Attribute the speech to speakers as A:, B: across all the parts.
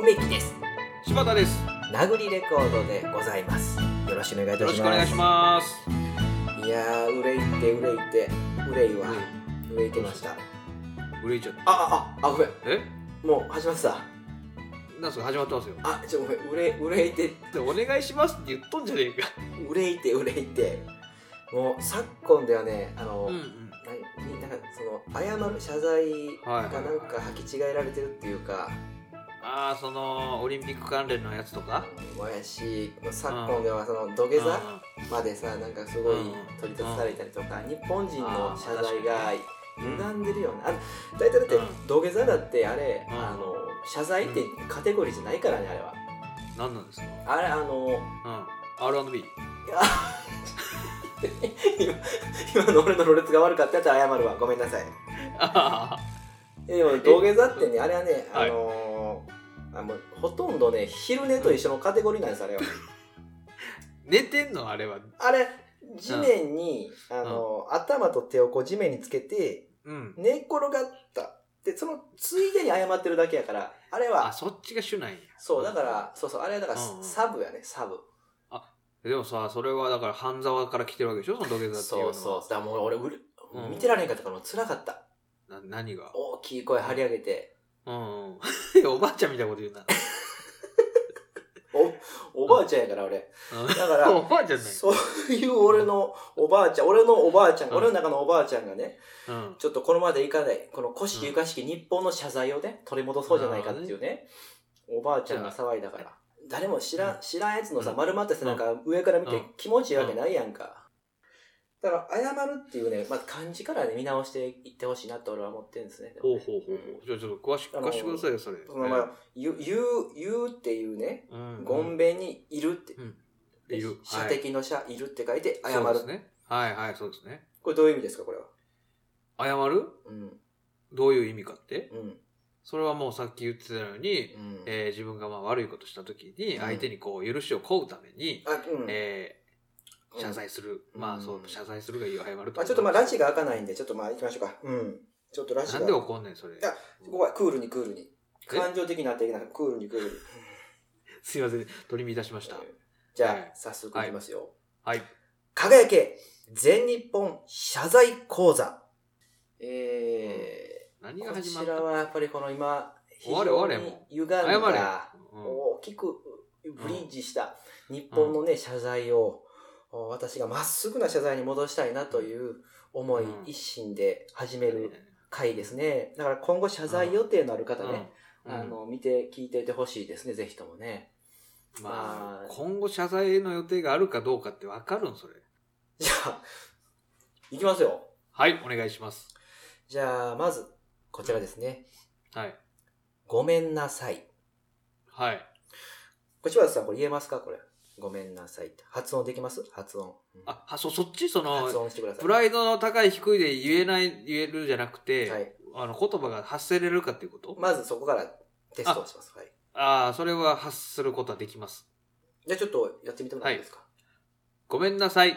A: 梅木です
B: 柴田です
A: 殴りレコードでございますよろしくお願いいた
B: よろ
A: し
B: しくお願
A: ま
B: い
A: す
B: します
A: いやー憂いって憂いって憂いは憂いてましたあ
B: 憂いちゃった
A: あああごめん
B: え
A: もう始まってた
B: なんすか始まってますよ
A: あちょごめん憂い憂いて
B: でお願いしますって言っとんじゃねえか
A: 憂いて憂いてもう昨今ではねあの、
B: ん
A: 何なんかその謝る謝罪
B: はい
A: がなんか履き違えられてるっていうか、
B: ああそのオリンピック関連のやつとか
A: もやし昨今ではその土下座までさなんかすごい取り立たされたりとか、日本人の謝罪が
B: うん
A: 歪んでるよねあの大体だって
B: うん
A: 土下座だってあれ、
B: うん
A: あの謝罪ってカテゴリーじゃないからねあれは
B: 何なんですか
A: あれあの
B: うん R&B
A: 今今の俺のろれつが悪かったやつは謝るわごめんなさい
B: あ
A: えでも土下座ってねあれはねあ
B: はい
A: のーあもうほとんどね昼寝と一緒のカテゴリーなんですあれは
B: 寝てんのあれは
A: あれ地面に、あのー頭と手をこう地面につけて
B: うん
A: 寝っ転がったでそのついでに謝ってるだけやからあれ
B: あ
A: は
B: そっちが主なんや
A: そうだからそうそうあれはだから
B: うんうん
A: サブやねサブ
B: でもさそれはだから半沢から来てるわけでしょその土下座っていうのは
A: そうそうだからもう俺うる
B: うん
A: 見てられへんかったからもう辛かった
B: な何が
A: 大きい声張り上げて
B: うんうん おばあちゃんみたいなこと言うな
A: おおばあちゃんやから俺
B: うん
A: だから
B: おばあちゃんない
A: そういう俺のおばあちゃん、俺のおばあちゃん、
B: うん
A: 俺の中のおばあちゃんがね、
B: うん
A: ちょっとこのままでいかない、この古式ゆかしき日本の謝罪をね、取り戻そうじゃないかっていうね、おばあちゃんが騒いだから。誰も知らん、知らんやつのさ、
B: うん
A: 丸まった背中上から見て
B: うん
A: 気持ちいいわけないやんか。だから、謝るっていうね、まず漢字からね、見直していってほしいなと俺は思ってるんですね。
B: ほうほうほうほうじゃあちょっと詳しく
A: あの
B: 詳しくくださいよそれ
A: そのまあ、言う、言う言うっていうね、
B: うん
A: ごんべんにいるって、
B: いる
A: 射
B: はい
A: 的の射、いるって書いて謝
B: そうで
A: る
B: す。ねはいはいそうですね
A: これどういう意味ですか、これは。
B: 謝る
A: うん。
B: どういう意味かって
A: うん。
B: それはもうさっき言ってたように、
A: うん
B: えー自分がまあ悪いことした時に
A: うん
B: 相手にこう許しを請うために、
A: あ、うん。
B: えー謝罪する、
A: うん
B: まあそう謝罪するがいいよ謝る
A: まあ、ちょっとまあ、ラジが開かないんで、ちょっとまあ、行きましょうか。うん。ちょっとラジ
B: な
A: が。
B: んで怒んねんそれ
A: やここはクールにクールに。
B: え
A: 感情的になっていけない。クールにクールに。
B: すいません取り乱しました
A: えーじゃあ、
B: はい
A: 早速いきますよ。
B: はい
A: 輝け全日本謝罪講座。え
B: 何
A: ー、
B: が
A: こ
B: 始まっ
A: ち
B: た
A: らはやっぱりこの今、非
B: 終われ終わ
A: 常に
B: れも
A: 歪ん
B: 謝れよ
A: だ、
B: うん
A: 大きくブリッジした日本のね、謝罪を、お私がまっすぐな謝罪に戻したいなという思い
B: うん
A: 一心で始める回ですね。だから今後謝罪予定のある方ね、
B: うん
A: あの、見て、聞いていてほしいですね、ぜひともね。
B: ま
A: まあ
B: あ、今後謝罪の予定があるかどうかってわかるんそれ。
A: じゃあ、いきますよ。
B: はい、お願いします。
A: じゃあ、まず、こちらですね。
B: はい。
A: ごめんなさい。
B: はい。
A: これ柴田さん、これ言えますかこれ。ごめんなさいって。発音できます発音。うん
B: あ、あそ、そっちそ
A: 発
B: の、
A: 音してください。
B: プライドの高い低いで言えない、言えるじゃなくて、
A: はい
B: あの、言葉が発せれるかっていうこと、
A: まずそこからテストをします。はい。
B: ああ、それは発することはできます。
A: じゃあちょっとやってみてもらっていいですか、
B: ごめんなさい。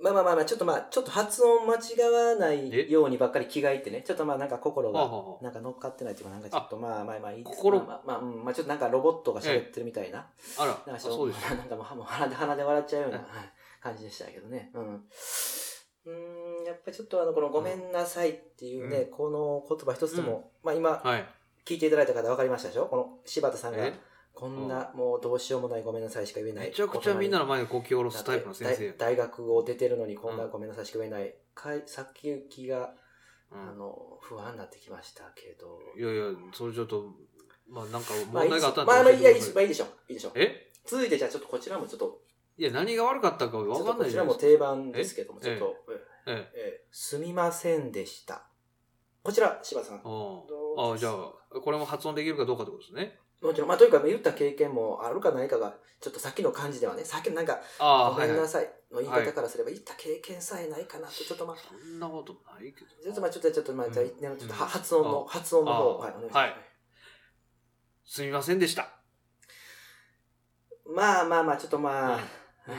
A: まあまあまあまあ、ちょっとまあ、ちょっと発音間違わないようにばっかり気がいってね。ちょっとまあなんか心
B: ほうほう
A: が、
B: ほう
A: なんか乗っかってないっていうか、なんかちょっとまあまあまあいいです
B: 心
A: まあまあ、まあうんまあちょっとなんかロボットが喋ってるみたいな。
B: あら、
A: なんか
B: あ
A: しょ
B: そうでしょ。
A: なんかもうもう鼻で鼻で笑っちゃうような
B: え
A: はい感じでしたけどね。うん。うーん、やっぱりちょっとあの、このごめんなさいっていうね、
B: うん
A: この言葉一つでも、まあ今、
B: はい。
A: 聞いていただいた方分かりましたでしょこの柴田さんが
B: え、
A: こんなもうどうしようもないごめんなさいしか言えない。
B: めちゃくちゃみんなの前でこき下ろ
A: だっ
B: す
A: て
B: タイプの先生や
A: だい大学を出てるのにこんな
B: うん
A: ごめんなさいしか言えない、かい先行きが、
B: う
A: あ
B: ん
A: の不安になってきましたけど
B: いやいや、それちょっと、まあなんか
A: まあい
B: 問
A: いで
B: 題
A: す
B: があった
A: まあまあいやいいですまあ
B: い。
A: いいでしょういいでしょう
B: え
A: 続いてじゃあちょっとこちらもちょっと
B: いや、何が悪かったかわ
A: ちょ
B: か
A: っ
B: ん
A: とこ
B: ない
A: ち
B: じゃ
A: ら
B: ない
A: も
B: ですか。
A: 定番ですけども
B: え
A: ちょっと、
B: ええ
A: ええすみませんでしたこちら柴田さん
B: うん。あじゃあ、これも発音できるかどうかってことですね。
A: もちろんまあというか言った経験もあるかないかがちょっとさっきの感じではねさっきのなんか「
B: ああ、
A: ご
B: は
A: め
B: い、
A: ん
B: は。
A: ないさい」の言い方からすれば言った経験さえないかなとちょっとまあ
B: そんなことないけどな。
A: ちょっとまあちょっとちょっとまあじゃあ、
B: うん
A: ねちょっとは発音の、
B: うん
A: 発音の方
B: あ
A: はいお願いします、
B: はいすみませんでした。
A: まあまあまあちょっとまあ、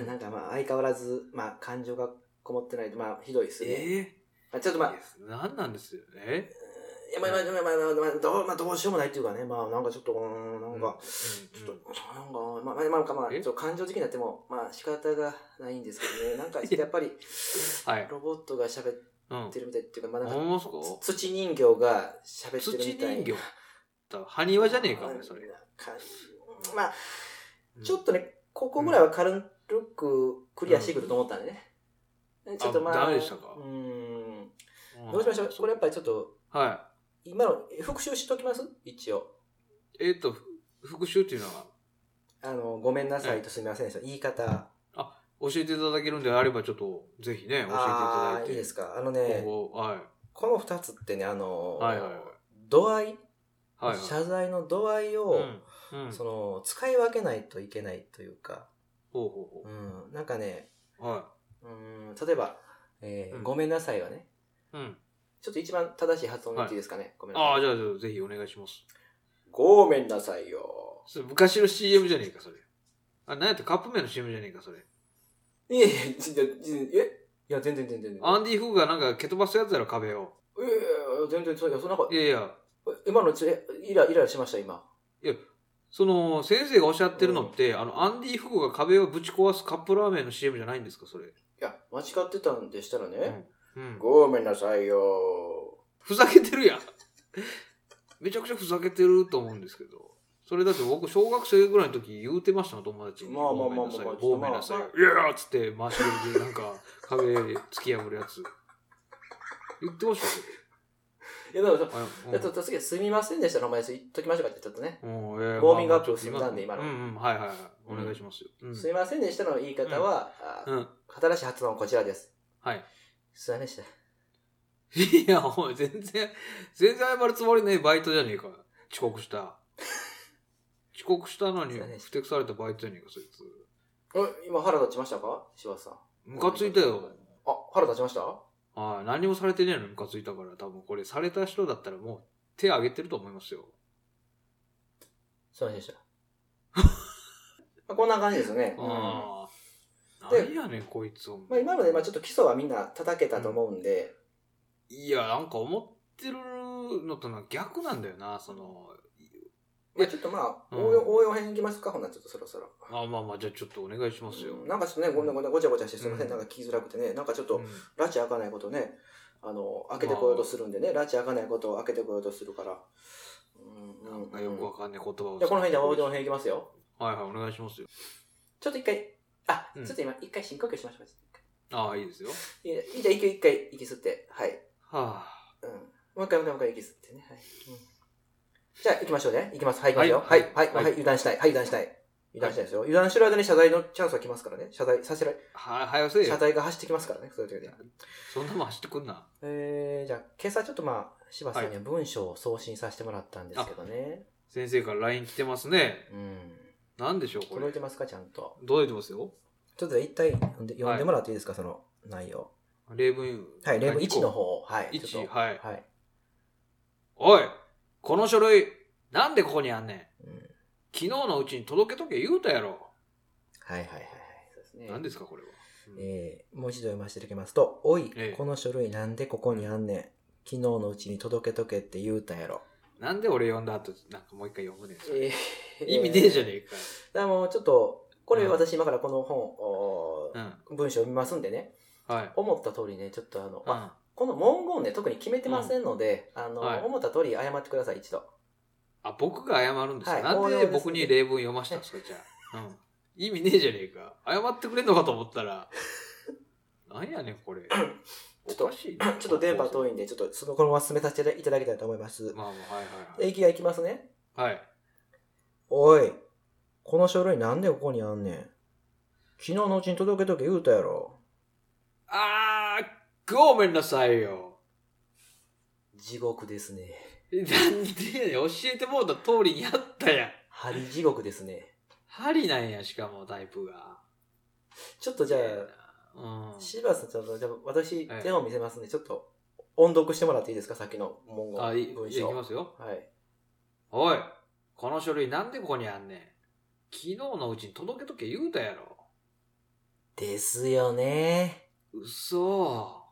B: うん
A: なんかまあ相変わらずまあ感情がこもってないとまあひどいですね、
B: え
A: まあ、ちょっと
B: え
A: まあ
B: いやなんなんですよね。
A: いやまあまあまあまあまあまあどうまあどうしようもないっていうかねまあなんかちょっとうーんなんか、ちょっとなんかまあまあまあまあまあち
B: え
A: ょっと感情的になってもまあ仕方がないんですけどねなんかちょっとやっぱり
B: はい。
A: ロボットが喋っ
B: うん
A: て。るみたいっていうかまあなんか
B: ほんまそ
A: つ土人形が喋
B: か
A: って
B: 土
A: るみたい
B: 人形だ。埴輪じゃねえか、お前それ。
A: かまあ
B: うん
A: ちょっとねここぐらいは軽くクリアしてくると思ったんでね、ちょっとまあ
B: あダメでしたか
A: うんどうしましょうこれやっぱりちょっと
B: は
A: 今の復習しときます一応
B: い。えっと、ふ復習っていうのは、
A: あのごめんなさいとすみませんでした言い方
B: 教えていただけるんであれば、ちょっと、ぜひね、教えていた
A: あ
B: だい
A: ー
B: て。
A: いいですかあの
B: 今
A: ね
B: 後、はい。
A: この2つってねあの、
B: はいはいはい
A: 度合い、
B: はいはい。
A: 謝罪の度合いを、
B: うんうん
A: その使い分けないといけないというか、
B: ほうほう
A: うん、なんかね
B: ほう。は
A: うん例えば、えー
B: うん
A: ごめんなさい」はね
B: い。うん。
A: ちょっと一番正しい発音言っていいですかね、ごめんなさ
B: ああ、
A: い
B: じゃあ、じゃあぜひお願いします。
A: ごめんなさいよ
B: それ昔の CM じゃねえか、それ。あ、なんやったカップ麺の CM じゃねえか、それ。
A: いやいやちょちょえいや全然全然全然
B: アンディ・フーがなんか蹴飛ばすやつやろ、壁を。
A: いやいやいや全然そういやそんなこと
B: いやいや、
A: 今のちょえイライラしました今
B: その、先生がおっしゃってるのって、あの、アンディ・フーが壁をぶち壊すカップラーメンの CM じゃないんですか、それ。
A: いや間違ってたんでしたらね、
B: うん。
A: ごめんなさいよ
B: ふざけてるやん。めちゃくちゃふざけてると思うんですけど。それだって僕、小学生ぐらいの時言うてましたの、友達に。
A: まあまあまあまあまあ
B: ごめんなさい。
A: まあ
B: ごめんなさい。いやーっつって、マシュルでなんか、壁突き破るやつ。言ってましたけ
A: いやでもさ
B: ど。あうん
A: ちょっと次はすみませんでしたのお前言っときましょうかってちょっとね、
B: もうえ
A: ウォーミングアップを済んだんで
B: の。
A: 今
B: うんうん、はいはいはい。お願いしますよ。うん。
A: すみませんでしたの言い方は、あ
B: うん。
A: 新しい発音はこちらです
B: はい。
A: すいませんでした
B: いや、お前全然、全然謝るつもりねえバイトじゃねえか。遅刻した。遅刻したのに、不適されたバイトじゃねえか、そいつ。
A: え今腹立ちましたか柴田さん
B: ムカついたよ。
A: あ腹立ちました
B: はい。何もされてねえのにムカついたから、多分これされた人だったらもう手挙げてると思いますよ。
A: すいませんで したまあこんな感じですよね、うんま
B: ああ。
A: で
B: 何やねん、こいつ。
A: あ、今ので、まあ、ちょっと基礎はみんな叩けたと思うんで、
B: いや、なんか思ってるのとな逆なんだよな、その、
A: まあ、ちょっとまあ、
B: うん
A: 応用応用編いきますかほんならちょっとそろそろ
B: あまあまあ、じゃあちょっとお願いしますよ。
A: うんなんかちょっとねごんなごんなごちゃごちゃしてすいません、
B: うん
A: なんか聞きづらくてねなんかちょっと、
B: うん
A: 拉致開かないことをねあの開けてこようとするんでね、拉致開かないことを開けてこようとするから、うん
B: なんかよくわかんない言葉を。
A: じゃあこの辺で大手の辺いきますよ
B: はいはい、お願いしますよ。
A: ちょっと一回あ、
B: うん
A: ちょっと今一回深呼吸しましょう
B: ああ、いいですよ。
A: いやじゃあ息一回息吸ってはい、
B: はあ。
A: うん、もう一回もう一回もう一回息吸ってねはい、うんじゃあ行きましょうね行きますはい行きますよは
B: はい
A: いはい、はい
B: はい
A: 油断したいはい油断したい油断したいですよ、油断してる間に謝罪のチャンスが来ますからね謝罪させられ
B: は、はよせえ
A: 謝
B: よ。
A: 罪が走ってきますからねそういう時で
B: そんなもん走ってくんな。
A: えー、じゃあ今朝ちょっとまあ柴田さんには文章を送信させてもらったんですけどね、
B: 先生から LINE 来てますね。
A: うん
B: なんでしょう、これ
A: 届い。てますかちゃんと
B: 届いてますよ。
A: ちょっと一体読んで読んでもらっていいですか、その内容
B: 例文。
A: はい例文1の
B: 方。
A: 方をはいちょっ
B: 1、
A: と
B: はい。
A: はい、
B: おいこの書類、なんでここにあんねん
A: うん、はい
B: 昨日のうちに届けとけ言うたやろ。
A: はいはいはいそうですね
B: 何ですか、これは。うん
A: えーもう一度読ませていただきますと「おい、
B: ええ
A: この書類なんでここにあんねん昨日のうちに届けとけって言うたやろ
B: なんで俺読んだ後、なんかもう一回読むねん」それ。
A: えー
B: 意味ねえじゃね
A: だか
B: えか。
A: らもうちょっとこれ
B: うん
A: 私今からこの本おー
B: う
A: 文章を見ますんでね
B: ん。はい。
A: 思った通りねちょっとあの、
B: う
A: まあ
B: ん。
A: この文言ね特に決めてませんので、あの
B: はい
A: 思った通り謝ってください一度
B: あ、僕が謝るんです
A: は
B: か
A: い
B: なんで僕に例文読ましたん
A: 応
B: ですかじゃあ。うん。意味ねえじゃねえか。謝ってくれんのかと思ったら。なんやねん、これ。
A: ょっと
B: おかしいな
A: ちょっと電波遠いんでちょっとそのこのまま進めさせていただきたいと思います
B: まあまあ、はい
A: で息がいきますね
B: はいはい。はい。
A: おいこの書類なんでここにあんねん昨日のうちに届けとけ言うたやろ
B: あー、ごめんなさいよ。
A: 地獄ですね
B: なんでやねん、教えてもうた通りにやったやん。
A: 針地獄ですね
B: 針なんや、しかもタイプが。
A: ちょっとじゃ
B: あ、うん
A: あ。柴田さんちょっとじゃあ私
B: ええ
A: 手を見せますんでちょっと音読してもらっていいですかさっきの文
B: あ、いい、
A: 言文
B: いや
A: 章
B: いきますよ。
A: はい
B: おい、この書類なんでここにあんねん。昨日のうちに届けとけ言うたやろ。
A: ですよね
B: 嘘。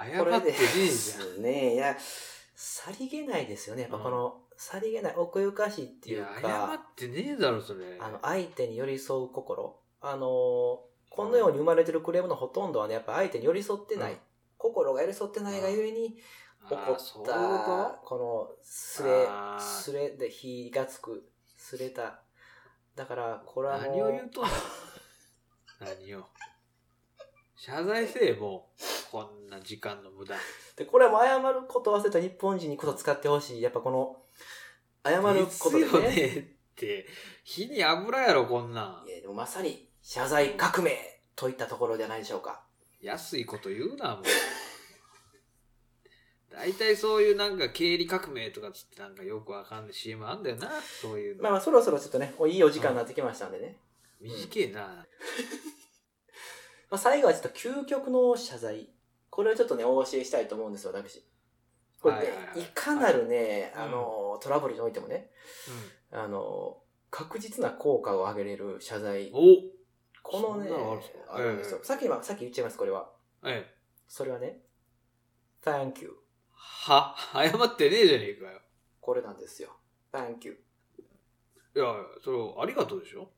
B: 謝
A: これ
B: って
A: で
B: ねえじゃん。
A: すね。いや、さりげないですよね。やっぱ
B: うん
A: この、さりげない、奥ゆかしいって
B: い
A: いう
B: や、謝
A: か、
B: ってねえだろ、それ。
A: あの、相手に寄り添う心。あのーこのように生まれてるクレームのほとんどはね、やっぱ相手に寄り添ってない。
B: うん
A: 心が寄り添ってないがゆえに、
B: あ
A: 起こっ
B: ーそういうこと
A: た、この、すれ
B: あ、ー
A: すれで火がつく、すれた。だから、これは
B: 何を言
A: も
B: うとんの何を謝罪せえもうこんな時間の無駄
A: う、で、これはもう謝ることを忘れた日本人にこそ使ってほしい。やっぱこの、謝ること
B: で
A: です
B: よ
A: ね。
B: ねって火に油やろこんなん
A: いや、でもまさに、謝罪革命といったところじゃないでしょうか。
B: 安いこと言うなもう大体そういうなんか経理革命とかつってなんかよくわかんない CM あんだよなそういうの、
A: まあまあ、そろそろちょっとね、おいいお時間になってきましたんでね。
B: 短いな
A: まあ、最後はちょっと究極の謝罪。これをちょっとね、お教えしたいと思うんですよ、私。これね、
B: はいいはいはい
A: かなるね、
B: はい
A: あの、トラブルにおいてもね、あの、確実な効果を上げれる謝罪。
B: うん、お
A: このね
B: そんなのあるんです、か
A: あるんですよ
B: え。え
A: さっき今、さっき言っちゃいます、これは。
B: ええ
A: それはね、thank you。
B: は謝ってねえじゃねえかよ
A: これなんですよ。thank you。
B: いやそれありがとうでしょ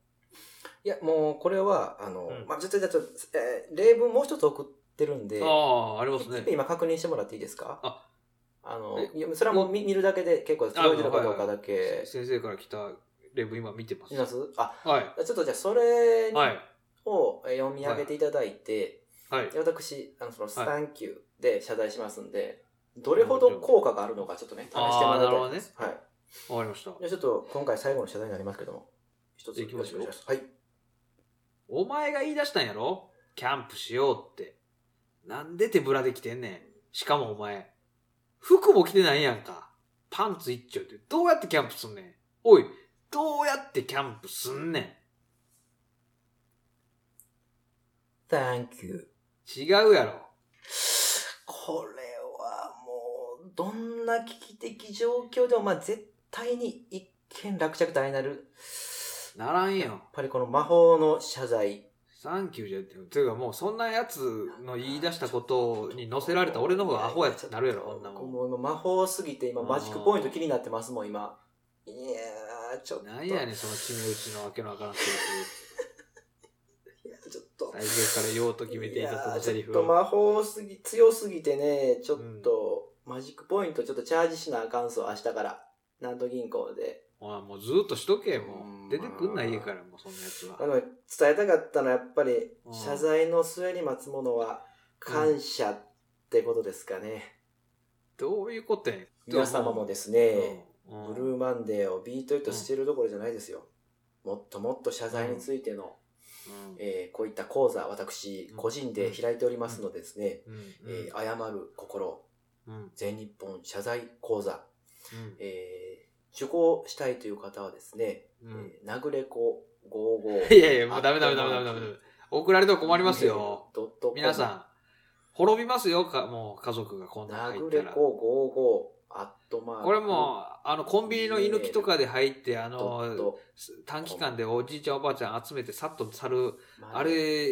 A: いや、もう、これは、あの、
B: うん
A: まあ、ちょっと、じゃあちょっと、えー例文もう一つ送ってるんで、
B: ああありますね
A: ちょっと今確認してもらっていいですか
B: あ
A: あの
B: え、
A: いやそれはもう見見るだけで結構、
B: あ
A: 届いてるかどうかだけ、
B: 先生から来たレブ今見てます。
A: 見ますあ、
B: は
A: ちょっとじゃあ、それ
B: い。はい。
A: をえー読み上げていただいて、
B: はい。
A: 私、あの、その、
B: はい
A: サンキューで謝罪しますんで、どれほど効果があるのかちょっとね、試してもらいたいと思います。はい。
B: わかりました。
A: じゃあちょっと、今回最後の謝罪になりますけども、一つ
B: いきましょう
A: よろくお願いし
B: お前が言い出したんやろキャンプしようって。なんで手ぶらで来てんねん。しかもお前、服も着てないやんか。パンツ一丁ってどうやってキャンプすんねん。おい、どうやってキャンプすんねん。
A: ます。はい。Thank you.
B: 違うやろ。
A: これはもう、どんな危機的状況でも、まあ、絶対に一見落着台になる。
B: ならん
A: やっ
B: よ。
A: ぱりこの魔法の謝罪。
B: サンキューじゃって。というかもうそんなやつの言い出したことに乗せられた俺の方がアホやってなるやろ、こんなもん。
A: もう今魔法すぎて、今、マジックポイント気になってますもん、今。いやー、ちょっと。
B: なんやねん、その決め打ちのわけのわからんセリ
A: いやちょっと
B: フ。。最初から言おうと決めていたそのセリ
A: いやーち
B: フ
A: ょっと
B: を。
A: 魔法すぎ、強すぎてね、ちょっと、マジックポイントちょっとチャージしなあかんそう、明日から。南都銀行で。
B: おいもうずーっとしとけ、もう。出てくんな、家から、もうそんなやつ
A: あ
B: は。
A: の、伝えたかったのはやっぱり
B: う、ん
A: 謝罪の末に待つものは、感謝ってことですかね。
B: どういうことやねん。
A: 皆様もです
B: うん、
A: ね、
B: うん
A: ブルーマンデーをビートイトしてるどころじゃないですよ。もっともっと謝罪についての、
B: うん
A: えーこういった講座、私、個人で開いておりますのでですね、
B: うん
A: えー謝る心、
B: うんうん
A: 全日本謝罪講座、
B: うん
A: えー受講したいという方はですね、
B: うん
A: えーなぐれこ55
B: いやいや、もうダメダメダメダメダメダメ。送られたら 困りますよ。。
A: ドットコム
B: 皆さ。ん、滅びますよ、かもう家族がこんな
A: なん
B: 入
A: ぐ
B: っ
A: れ
B: たら。
A: こ55アットマーク。
B: これもう、あの、コンビニの居抜きとかで入って、あ
A: ドッ
B: の、
A: ト
B: 短期間でおじいちゃんおばあちゃん集めてさっと去る
A: マネー、
B: あれ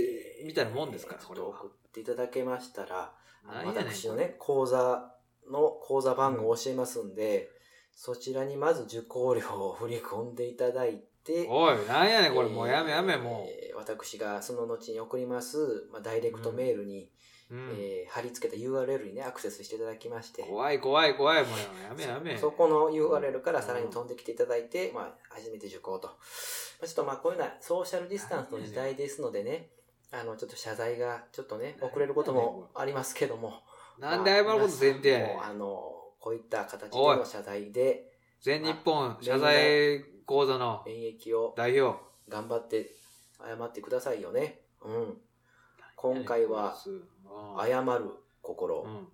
B: みたいなもんですから
A: えー
B: これは
A: 送っていただけましたら、あ
B: なん
A: の
B: やねん
A: 私のね、講座の講座番号を教えますんで、そちらにまず受講料を振り込んでいただいて、
B: おい、なんやねん、これ、もうやめやめ、も
A: えー私がその後に送ります、まあ、ダイレクトメールに、
B: う。うん、
A: えー貼り付けた URL にね、アクセスしていただきまして、
B: 怖い、怖い、怖い、もうやめやめ。
A: そこの URL からさらに飛んできていただいて、まあ、初めて受講と。まあ、ちょっとまあ、こういうのはソーシャルディスタンスの時代ですのでね、あの、ちょっと謝罪がちょっとね、遅れることもありますけども。
B: なんで謝ること前提やねん
A: まあ皆さんもあの、こういった形での謝罪で、
B: 全日本謝罪講座の
A: 免疫を
B: 代表。
A: 頑張って謝ってくださいよね。うん。今回は、
B: うん、
A: 謝る心、
B: うん。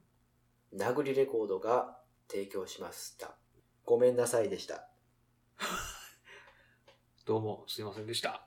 A: 殴りレコードが提供しました。ごめんなさいでした。
B: どうも、すいませんでした。